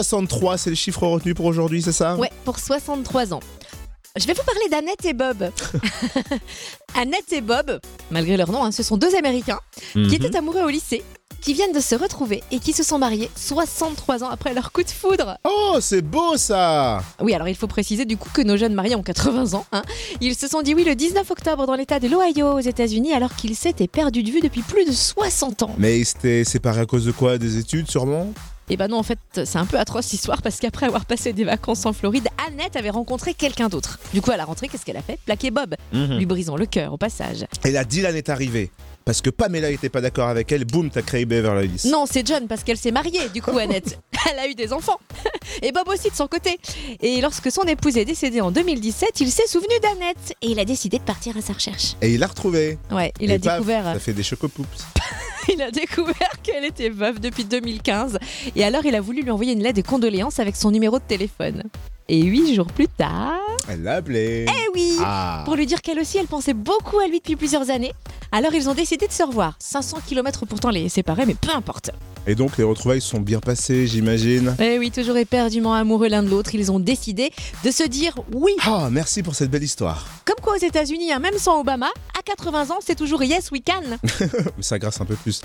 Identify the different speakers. Speaker 1: 63, c'est le chiffre retenu pour aujourd'hui, c'est ça
Speaker 2: Ouais, pour 63 ans. Je vais vous parler d'Annette et Bob. Annette et Bob, malgré leur nom, hein, ce sont deux Américains qui
Speaker 1: Mhm. Mm-hmm.
Speaker 2: étaient amoureux au lycée, qui viennent de se retrouver et qui se sont mariés 63 ans après leur coup de foudre.
Speaker 1: Oh, c'est beau ça
Speaker 2: Oui, alors il faut préciser du coup que nos jeunes mariés ont 80 ans. hein. Ils se sont dit oui le 19 octobre dans l'état de l'Ohio aux États-Unis alors qu'ils s'étaient perdus de vue depuis plus de 60 ans.
Speaker 1: Mais ils s'étaient séparés à cause de quoi Des études sûrement
Speaker 2: Et ben non, en fait, c'est un peu atroce l'histoire parce qu'après avoir passé des vacances en Floride, Annette avait rencontré quelqu'un d'autre. Du coup, à la rentrée, qu'est-ce qu'elle a fait Plaquer Bob, lui brisant le cœur au passage.
Speaker 1: Mm-hmm. Et là, Dylan est arrivé. Parce que Pamela n'était pas d'accord avec elle, boum, t'as créé Beverly Hills.
Speaker 2: Non, c'est John parce qu'elle s'est mariée, du coup, Annette. Elle a eu des enfants. Et Bob aussi de son côté. Et lorsque son épouse est décédée en 2017, il s'est souvenu d'Annette et il a décidé de partir à sa recherche.
Speaker 1: Et il l'a retrouvé.
Speaker 2: Ouais, il
Speaker 1: Et
Speaker 2: a
Speaker 1: paf,
Speaker 2: découvert.
Speaker 1: Ça fait des chocopoups.
Speaker 2: Il a découvert qu'elle était veuve depuis 2015 et alors il a voulu lui envoyer une lettre de condoléances avec son numéro de téléphone. Et huit jours plus tard,
Speaker 1: Elle l'a appelé.
Speaker 2: eh oui,
Speaker 1: Ah.
Speaker 2: pour lui dire qu'elle aussi, elle pensait beaucoup à lui depuis plusieurs années. Alors ils ont décidé de se revoir. 500 km pourtant les séparaient, mais peu importe.
Speaker 1: Et donc, les retrouvailles se sont bien passées, j'imagine.
Speaker 2: Eh oui, toujours éperdument amoureux l'un de l'autre, ils ont décidé de se dire oui.
Speaker 1: Ah, merci pour cette belle histoire.
Speaker 2: Comme quoi aux États-Unis, hein, même sans Obama, à 80 ans, c'est toujours yes we can.
Speaker 1: Mais ça grasse un peu plus.